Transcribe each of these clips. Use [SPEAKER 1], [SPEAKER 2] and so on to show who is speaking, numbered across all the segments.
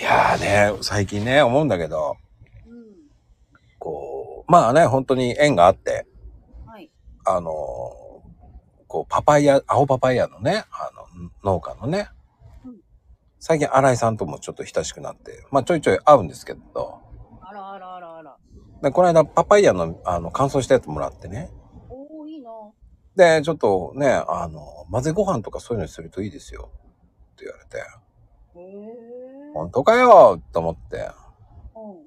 [SPEAKER 1] やーね、最近ね、思うんだけど、
[SPEAKER 2] うん。
[SPEAKER 1] こう、まあね、本当に縁があって、
[SPEAKER 2] はい。
[SPEAKER 1] あのーこう、パパイヤ、青パパイヤのね、あの、農家のね
[SPEAKER 2] うん、
[SPEAKER 1] 最近新井さんともちょっと親しくなって、まあちょいちょい会うんですけど、
[SPEAKER 2] あらあらあらあら。
[SPEAKER 1] でこの間パパイヤのあの乾燥したやつもらってね、
[SPEAKER 2] おおいいな。
[SPEAKER 1] で、ちょっとね、あの、混ぜご飯とかそういうのにするといいですよ、って言われて、
[SPEAKER 2] へえ。
[SPEAKER 1] 本当かよと思って、
[SPEAKER 2] う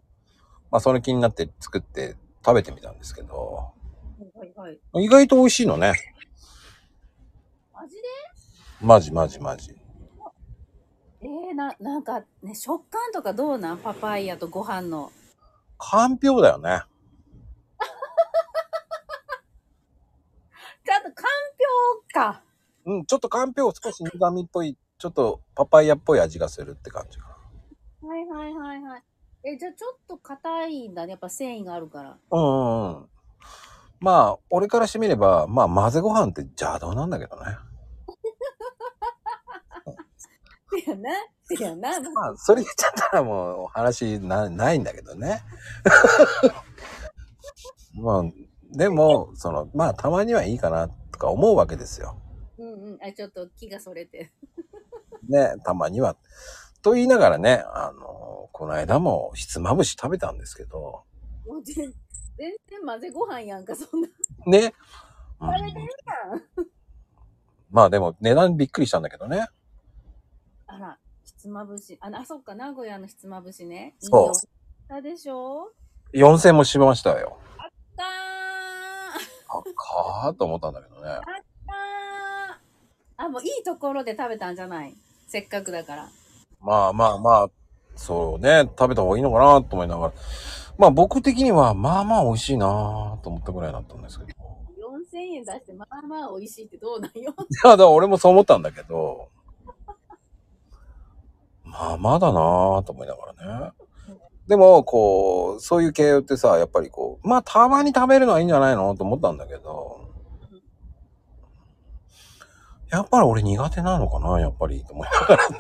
[SPEAKER 1] まあその気になって作って食べてみたんですけど、
[SPEAKER 2] ん。はいはい。
[SPEAKER 1] 意外と美味しいのね。
[SPEAKER 2] マジ
[SPEAKER 1] マジマジマジ。
[SPEAKER 2] でえー、な、なんかね、食感とかどうなんパパイヤとご飯の。
[SPEAKER 1] かんぴょうだよね。
[SPEAKER 2] ちゃんとかんぴょうか。
[SPEAKER 1] うん、ちょっとかんぴょう少し苦味っぽい、ちょっとパパイヤっぽい味がするって感じか
[SPEAKER 2] はいはいはいはい。え、じゃあちょっと硬いんだね。やっぱ繊維があるから。
[SPEAKER 1] な。うんうんうん。まあ、俺からしてみれば、まあ、混ぜご飯って邪道なんだけどね。
[SPEAKER 2] てやな。てやな。
[SPEAKER 1] まあ、それ言っちゃったらもうお話なないんだけどね。 まあ、でも、その、まあ、たまにはいいかなとか思うわけですよ。
[SPEAKER 2] うんうん。あ、ちょっと気がそれて。
[SPEAKER 1] ね、たまには。と言いながらね、あの、この間もひつまぶし食べたんですけど、
[SPEAKER 2] もう全全然混ぜご飯やんか、そんな。
[SPEAKER 1] ね。うん
[SPEAKER 2] 食べてるやん。
[SPEAKER 1] まあでも値段びっくりしたんだけどね。
[SPEAKER 2] あら、ひつまぶし。あ、なあそっか、名古屋のひつまぶしね。
[SPEAKER 1] そう
[SPEAKER 2] いいよ。たでしょ
[SPEAKER 1] 4000もしましたよ。
[SPEAKER 2] かー
[SPEAKER 1] あかーと思ったんだけどね。
[SPEAKER 2] あーあ、もういいところで食べたんじゃないせっかくだから。
[SPEAKER 1] まあまあまあ、そうね、食べた方がいいのかなと思いながら。まあ僕的にはまあまあ美味しいなと思ったぐらいだったんですけど。い
[SPEAKER 2] 4000円出して、まあまあ美味しいってどうなんよ。
[SPEAKER 1] や、だから俺もそう思ったんだけど。まあまあだなと思いながらね。でも、こう、そういう系ってさ、やっぱりこう、まあたまに食べるのはいいんじゃないのと思ったんだけど。やっぱり俺苦手なのかなやっぱり。と思いながらね。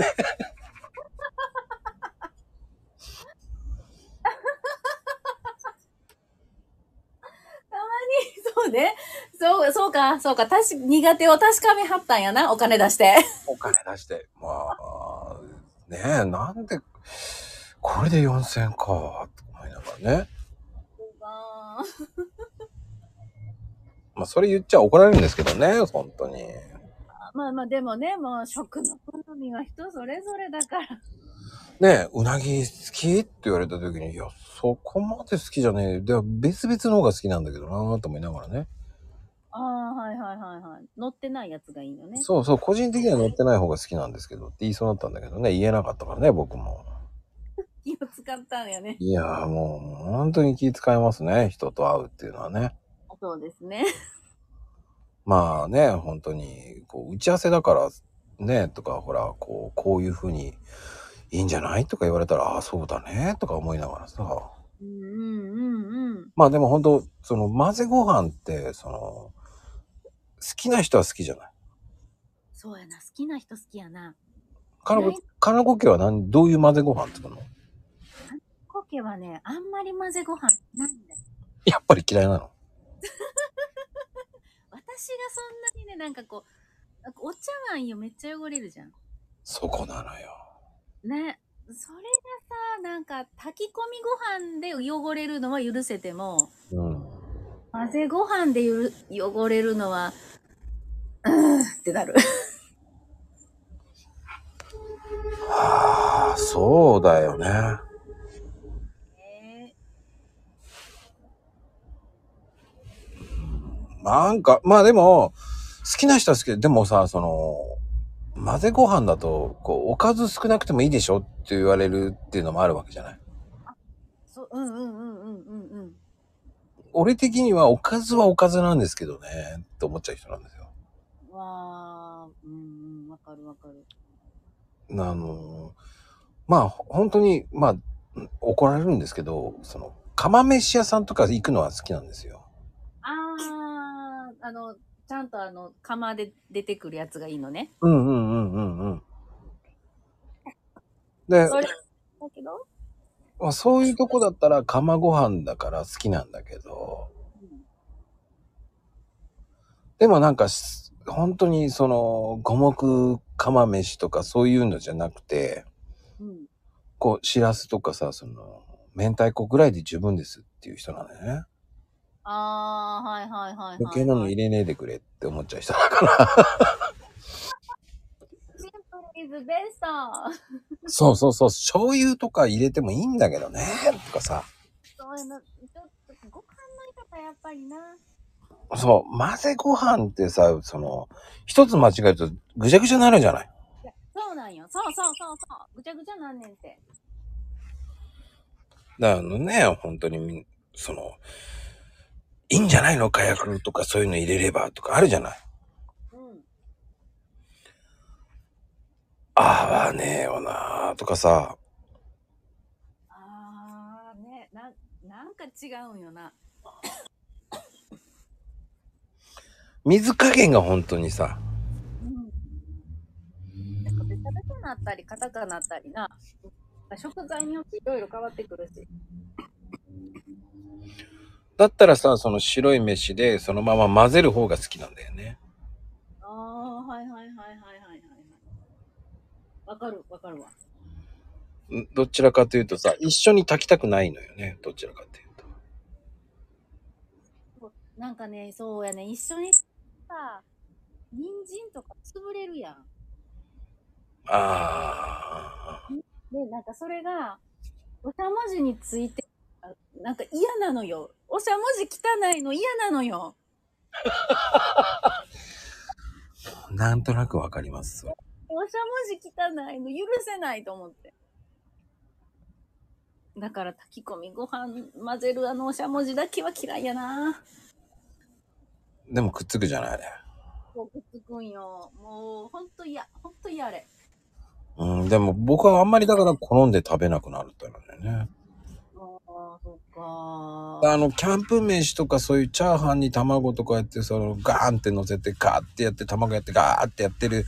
[SPEAKER 2] そうね。そう、そうか、そうか。確か苦手を確かめはったんやな、お金出して。
[SPEAKER 1] お金出して。まあ、ねえ、なんで、これで4000か、と思いながらね。
[SPEAKER 2] あー
[SPEAKER 1] まあ、それ言っちゃ怒られるんですけどね、本当に。
[SPEAKER 2] まあまあ、でもね、もう食の好みは人それぞれだから。
[SPEAKER 1] ねえ、うなぎ好きって言われた時に、いや、そこまで好きじゃねえ。では、別々の方が好きなんだけどなと思いながらね。
[SPEAKER 2] ああ、はいはいはいはい。乗ってないやつがいいよね。
[SPEAKER 1] そうそう、個人的には乗ってない方が好きなんですけどって言いそうだったんだけどね、言えなかったからね、僕も。
[SPEAKER 2] 気を使ったんやね。
[SPEAKER 1] いやーもう、本当に気遣いますね、人と会うっていうのはね。
[SPEAKER 2] そうですね。
[SPEAKER 1] まあね、本当に、こう、打ち合わせだから、ね、とか、ほら、こう、こういうふうに、いいんじゃないとか言われたら、ああ、そうだね、とか思いながらさ。
[SPEAKER 2] うんうんうんうん。
[SPEAKER 1] まあでも本当、その、混ぜご飯って、その、好きな人は好きじゃない。
[SPEAKER 2] そうやな、好きな人好きやな。
[SPEAKER 1] かな
[SPEAKER 2] は
[SPEAKER 1] こ
[SPEAKER 2] い、
[SPEAKER 1] かなこ家は何、どういう混ぜご飯作るの
[SPEAKER 2] コケはね、あんまり混ぜご飯ないんだよ。
[SPEAKER 1] やっぱり嫌いなの。
[SPEAKER 2] 私がそんなにね、なんかこう、なんかお茶碗よ、めっちゃ汚れるじゃん。
[SPEAKER 1] そこなのよ。
[SPEAKER 2] ね。それがさ、なんか炊き込みご飯で汚れるのは許せても、
[SPEAKER 1] うん。
[SPEAKER 2] 混ぜご飯でゆる汚れるのは、うーんってなる。
[SPEAKER 1] ああ、そうだよね。
[SPEAKER 2] え
[SPEAKER 1] なんか、まあでも、好きな人は好きで、でもさ、その、混ぜご飯だと、こう、おかず少なくてもいいでしょって言われるっていうのもあるわけじゃない
[SPEAKER 2] そう、うんうんうんうんうんうん。
[SPEAKER 1] 俺的にはおかずはおかずなんですけどね、と思っちゃう人なんですよ。
[SPEAKER 2] わー、うんうん、わかるわかる。
[SPEAKER 1] あの、まあ、ほ本当に、まあ、怒られるんですけど、その、釜飯屋さんとか行くのは好きなんですよ。
[SPEAKER 2] あー、あの、ちゃんとあの、釜で出てくるやつがいいのね。
[SPEAKER 1] うんうんうんうんうん。で、
[SPEAKER 2] それだけど。
[SPEAKER 1] まあ、そういうとこだったら釜ご飯だから好きなんだけど、でもなんかし本当にその五目釜飯とかそういうのじゃなくて、
[SPEAKER 2] うん。
[SPEAKER 1] こうしらすとかさ、その明太子ぐらいで十分ですっていう人なんだよね。
[SPEAKER 2] ああ、はいはいはいはい、はい。
[SPEAKER 1] 余計なの入れねえでくれって思っちゃう人だから。
[SPEAKER 2] シンプルイズベスト。
[SPEAKER 1] そうそうそう、醤油とか入れてもいいんだけどね、とかさ。
[SPEAKER 2] そういうの、ちょっとご飯の方やっぱりな。
[SPEAKER 1] そう、混ぜご飯ってさ、その、一つ間違えるとぐちゃぐちゃになるじゃない。
[SPEAKER 2] いやそうなんよ。そうそうそうそう。ぐちゃぐちゃなんねんって。
[SPEAKER 1] だからね、本当にみん、その、いいんじゃないの火薬とかそういうの入れればとかあるじゃない。
[SPEAKER 2] うん。
[SPEAKER 1] 合わねえよなとかさ、
[SPEAKER 2] ああ、ね、な、なんか違うんよな。
[SPEAKER 1] 水加減が本当にさ、
[SPEAKER 2] うん。なんかベタベタなったり、硬くなったりな。食材によっていろいろ変わってくるし。
[SPEAKER 1] だったらさ、その白い飯でそのまま混ぜる方が好きなんだよね。
[SPEAKER 2] ああ、はいはいはいはいはいはい。わかるわかるわ。
[SPEAKER 1] んどちらかというとさ、一緒に炊きたくないのよね、どちらかというと。
[SPEAKER 2] なんかね、そうやね、一緒にさ、人参とか潰れるやん。
[SPEAKER 1] ああ、
[SPEAKER 2] で、なんかそれが、おしゃもじについて、あなんか嫌なのよ。おしゃもじ汚いの嫌なのよ。
[SPEAKER 1] なんとなくわかります。
[SPEAKER 2] おしゃもじ汚いの許せないと思って。だから炊き込みご飯混ぜるあのおしゃもじだけは嫌いやな。
[SPEAKER 1] でもくっつくじゃないあれ。
[SPEAKER 2] もうくっつくんよ。もうほんと嫌。ほんと嫌あれ。
[SPEAKER 1] うん、でも僕はあんまりだから好んで食べなくなるってなんだよね。
[SPEAKER 2] ああ、そっか
[SPEAKER 1] あの、キャンプ飯とかそういうチャーハンに卵とかやって、そのガーンって乗せてガーってやって、卵やってガーってやってる、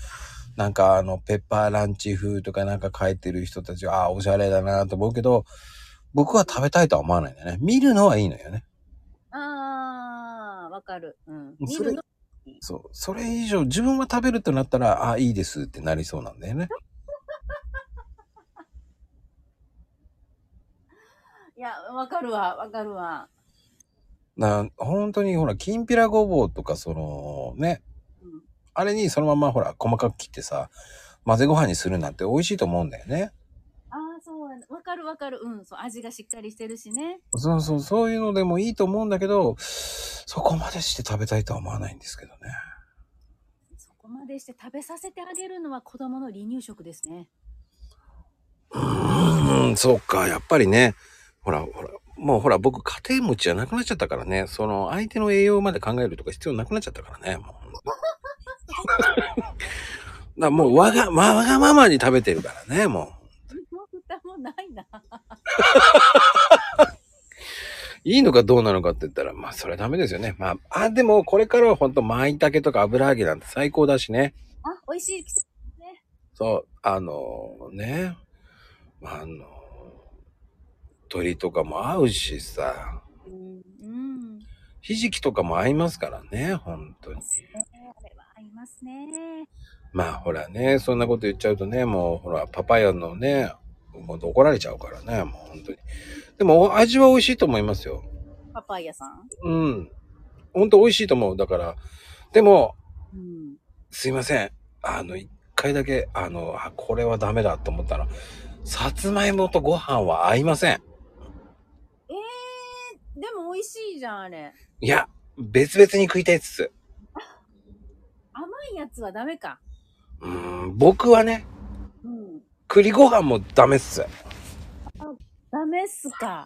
[SPEAKER 1] なんかあの、ペッパーランチ風とかなんか書いてる人たちは、ああー、おしゃれだなと思うけど、僕は食べたいとは思わないんだよね。見るのはいいのよね。
[SPEAKER 2] ああ、わかる。うん。
[SPEAKER 1] う
[SPEAKER 2] 見
[SPEAKER 1] それ
[SPEAKER 2] るの
[SPEAKER 1] そう。それ以上、自分は食べるとなったら、ああ、いいですってなりそうなんだよね。
[SPEAKER 2] いや、わかるわ。わかるわ。
[SPEAKER 1] な本当にほら、きんぴらごぼうとか、そのね、
[SPEAKER 2] うん。
[SPEAKER 1] あれにそのままほら、細かく切ってさ、混ぜご飯にするなんて美味しいと思うんだよね。
[SPEAKER 2] ああ、そうやな。わかるわかる。うん。そう、味がしっかりしてるしね。
[SPEAKER 1] そうそう、そういうのでもいいと思うんだけど、そこまでして食べたいとは思わないんですけどね。
[SPEAKER 2] そこまでして食べさせてあげるのは子供の離乳食ですね。
[SPEAKER 1] うーん、そうか、やっぱりね、ほら、ほら、もうほら、僕、家庭持ちじゃなくなっちゃったからね、その、相手の栄養まで考えるとか必要なくなっちゃったからね、もう。だからもう、わが、わわがままに食べてるからね、もう。
[SPEAKER 2] もう蓋もないな。
[SPEAKER 1] いいのかどうなのかって言ったら、まあ、それはダメですよね。まあ、あ、でも、これからは本当舞茸とか油揚げなんて最高だしね。
[SPEAKER 2] あ、美味しい。
[SPEAKER 1] そう、あのね、あの鶏とかも合うしさ、
[SPEAKER 2] うん。うん。
[SPEAKER 1] ひじきとかも合いますからね、本当に。
[SPEAKER 2] ねあれは合いますね。
[SPEAKER 1] まあ、ほらね、そんなこと言っちゃうとね、もう、ほら、パパイヤのね、もう怒られちゃうからね、もう本当に。でも、味は美味しいと思いますよ。
[SPEAKER 2] パパイヤさん。
[SPEAKER 1] うん。本当美味しいと思う。だから、でも、
[SPEAKER 2] うん。
[SPEAKER 1] すいません。あの、一回だけ、あの、あ、これはダメだと思ったら、さつまいもとご飯は合いません。
[SPEAKER 2] えー、でも美味しいじゃん、あれ。
[SPEAKER 1] いや、別々に食いたいっす。
[SPEAKER 2] 甘いやつはダメか。
[SPEAKER 1] うーん、僕はね、
[SPEAKER 2] うん。
[SPEAKER 1] 栗ご飯もダメっす。
[SPEAKER 2] ダメっすか。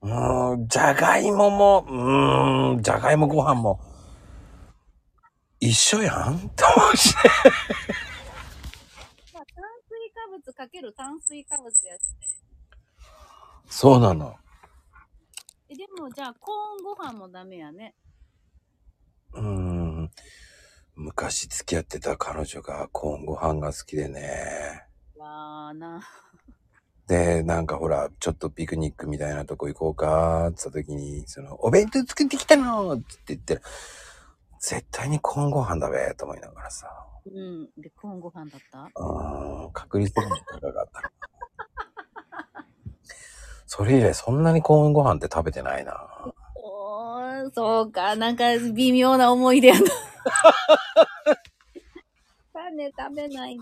[SPEAKER 1] うーん、じゃがいもも、うーん、じゃがいもご飯も、一緒やんと思うしね。
[SPEAKER 2] まあ炭水化物かける炭水化物やし。
[SPEAKER 1] そうなの。
[SPEAKER 2] え、でもじゃあコーンご飯もダメやね。
[SPEAKER 1] うーん、昔付き合ってた彼女がコーンご飯が好きでね。
[SPEAKER 2] わーな。
[SPEAKER 1] で、なんかほら、ちょっとピクニックみたいなとこ行こうか、って言った時に、その、お弁当作ってきたのって言ってら、絶対にコーンご飯だべ、と思いながらさ、
[SPEAKER 2] うん。で、コーンご飯だった
[SPEAKER 1] うーん、確率的に高かったな。それ以来、そんなにコーンご飯って食べてないな。
[SPEAKER 2] おー、そうか。なんか微妙な思い出やな。 種食べない。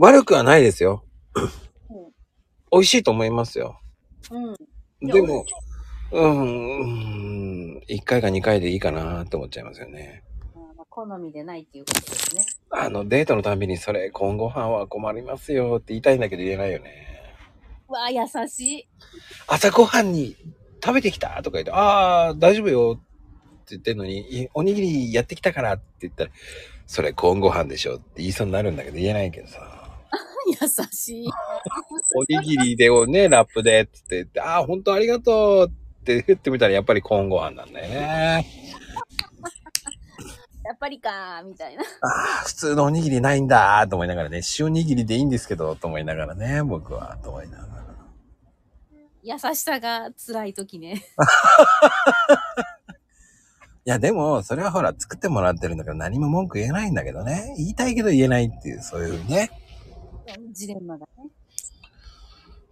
[SPEAKER 1] 悪くはないですよ
[SPEAKER 2] うん。
[SPEAKER 1] 美味しいと思いますよ。
[SPEAKER 2] うん。いや
[SPEAKER 1] でも、うん、うん、1回か2回でいいかなって思っちゃいますよね。
[SPEAKER 2] まあ、好みでないっていうことですね。
[SPEAKER 1] あの、デートのたびにそれ、今後飯は困りますよって言いたいんだけど言えないよね。
[SPEAKER 2] うわあ、優しい。
[SPEAKER 1] 朝ごはんに食べてきたとか言って、ああ、大丈夫よって言ってんのに、いおにぎりやってきたからって言ったら、それ、コーンご飯でしょって言いそうになるんだけど言えないけどさ。
[SPEAKER 2] 優しい。
[SPEAKER 1] おにぎりでをね、ラップでって言って、ああ、本当ありがとうって言ってみたら、やっぱりコーンご飯なんだよね。
[SPEAKER 2] やっぱりかー、みたいな。
[SPEAKER 1] ああ、普通のおにぎりないんだと思いながらね、塩にぎりでいいんですけど、と思いながらね、僕は、と思いながら。
[SPEAKER 2] 優しさが辛い時ね。
[SPEAKER 1] いや、でも、それはほら、作ってもらってるんだから何も文句言えないんだけどね。言いたいけど言えないっていう、そういうね。
[SPEAKER 2] ジレンマがね。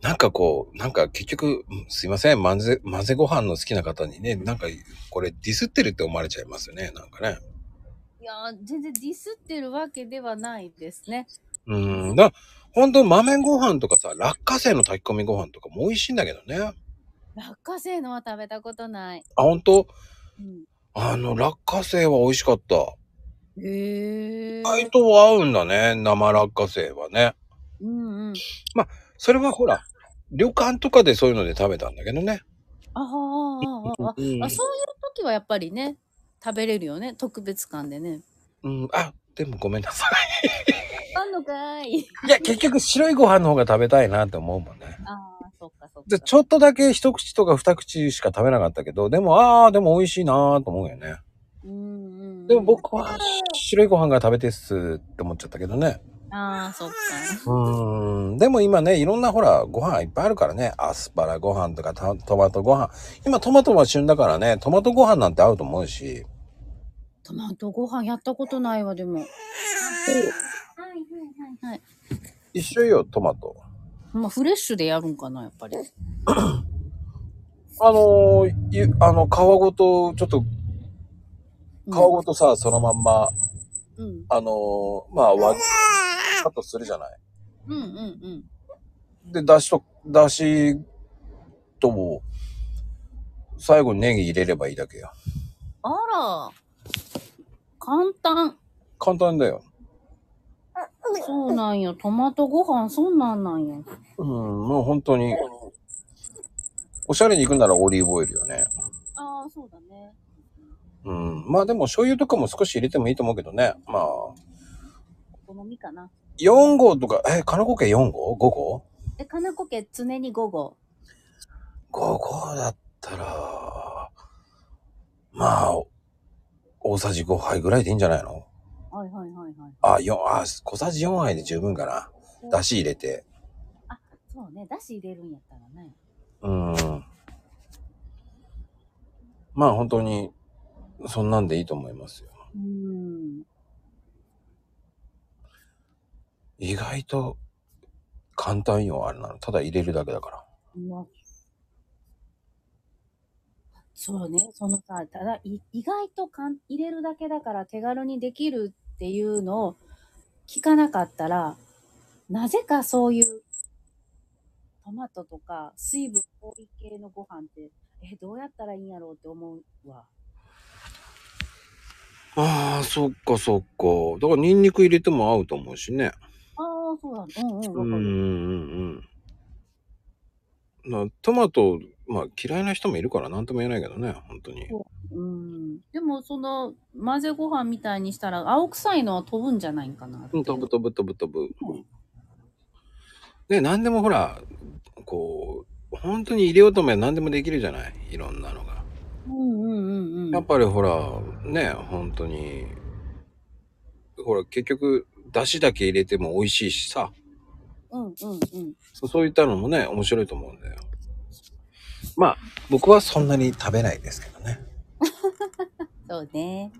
[SPEAKER 1] なんかこう、なんか結局、うんすいません、混ぜ、混ぜご飯の好きな方にね、なんか、これディスってるって思われちゃいますよね、なんかね。
[SPEAKER 2] いやー、全然ディスってるわけではないですね。
[SPEAKER 1] うん、だ、ほんと豆ご飯とかさ、落花生の炊き込みご飯とかも美味しいんだけどね。
[SPEAKER 2] 落花生のは食べたことない。
[SPEAKER 1] あ、ほんと
[SPEAKER 2] うん、
[SPEAKER 1] あの、落花生は美味しかった。
[SPEAKER 2] へえ。
[SPEAKER 1] 意外と合うんだね、生落花生はね。
[SPEAKER 2] うんうん。
[SPEAKER 1] それはほら、旅館とかでそういうので食べたんだけどね。
[SPEAKER 2] あーあーあーあー
[SPEAKER 1] うん
[SPEAKER 2] あ、そういう時はやっぱりね、食べれるよね。特別感でね。
[SPEAKER 1] うん、あ、でもごめんなさ
[SPEAKER 2] あんのかーい。
[SPEAKER 1] い。いや、結局白いご飯の方が食べたいなって思うもんね。
[SPEAKER 2] ああ、そっかそっか。
[SPEAKER 1] で、ちょっとだけ一口とか二口しか食べなかったけど、でも、ああ、でも美味しいなーと思うよね。
[SPEAKER 2] うんうんうん。
[SPEAKER 1] でも僕は白いご飯が食べてっすって思っちゃったけどね。
[SPEAKER 2] ああ、そっか。
[SPEAKER 1] うーん。でも今ね、いろんなほら、ご飯いっぱいあるからね。アスパラご飯とかたトマトご飯。今トマトは旬だからね、トマトご飯なんて合うと思うし。
[SPEAKER 2] トマトご飯やったことないわ、でも。はいはいはいはい。
[SPEAKER 1] 一緒よ、トマト。
[SPEAKER 2] まあ、フレッシュでやるんかな、やっぱり。
[SPEAKER 1] あのーゆあの、皮ごと、ちょっと、皮ごとさ、そのまんま、
[SPEAKER 2] うん。
[SPEAKER 1] あのーまあ、わ、カットするじゃない。
[SPEAKER 2] うんうんうん。
[SPEAKER 1] で、だしと、だしとも、最後にネギ入れればいいだけよ。
[SPEAKER 2] あら。簡単。
[SPEAKER 1] 簡単だよ。
[SPEAKER 2] そうなんよ。トマトご飯、そんなんなんよ。
[SPEAKER 1] うん、もう本当に。おしゃれに行くならオリーブオイルよね。
[SPEAKER 2] ああ、そうだね。
[SPEAKER 1] うん。まあでも醤油とかも少し入れてもいいと思うけどね。まあ、
[SPEAKER 2] お好みかな。
[SPEAKER 1] 4号とか、え、金子家4号 ?5 号
[SPEAKER 2] え、金子家、常に午後。
[SPEAKER 1] ?5 号だったら、まあ、大さじ5杯ぐらいでいいんじゃないの
[SPEAKER 2] はいはいはいはい。
[SPEAKER 1] あ、4、あ、小さじ4杯で十分かな。だし入れて。
[SPEAKER 2] そうね。だし入れるんやったらね。
[SPEAKER 1] うん。まあ本当に、そんなんでいいと思いますよ。
[SPEAKER 2] うーん。
[SPEAKER 1] 意外と簡単よ、あれなの。ただ入れるだけだから。
[SPEAKER 2] まあそうね、そのさ、ただ、い意外とかん入れるだけだから手軽にできるっていうのを聞かなかったら、なぜかそういうトマトとか水分多い系のご飯って、え、どうやったらいいんやろうって思うわ。
[SPEAKER 1] ああ、そっかそっか。だからニンニク入れても合うと思うしね。
[SPEAKER 2] ああ、そうだ、うんうん、
[SPEAKER 1] う
[SPEAKER 2] わ
[SPEAKER 1] ん
[SPEAKER 2] か
[SPEAKER 1] う
[SPEAKER 2] る。
[SPEAKER 1] んうん。なトマト、まあ嫌いな人もいるから何とも言えないけどね、本当に。
[SPEAKER 2] うん。でも、その、混ぜご飯みたいにしたら、青臭いのは飛ぶんじゃないんかな。
[SPEAKER 1] うん、飛ぶ飛ぶ飛ぶ飛ぶ。ね、何でもほら、こう、本当に入れようと思えば何でもできるじゃないいろんなのが。
[SPEAKER 2] うんうんうんうん。
[SPEAKER 1] やっぱりほら、ね、本当に、ほら、結局、出汁だけ入れても美味しいしさ、
[SPEAKER 2] ううんうんうん。
[SPEAKER 1] そうそういったのもね、面白いと思うんだよ。まあ、僕はそんなに食べないですけどね。
[SPEAKER 2] そうね。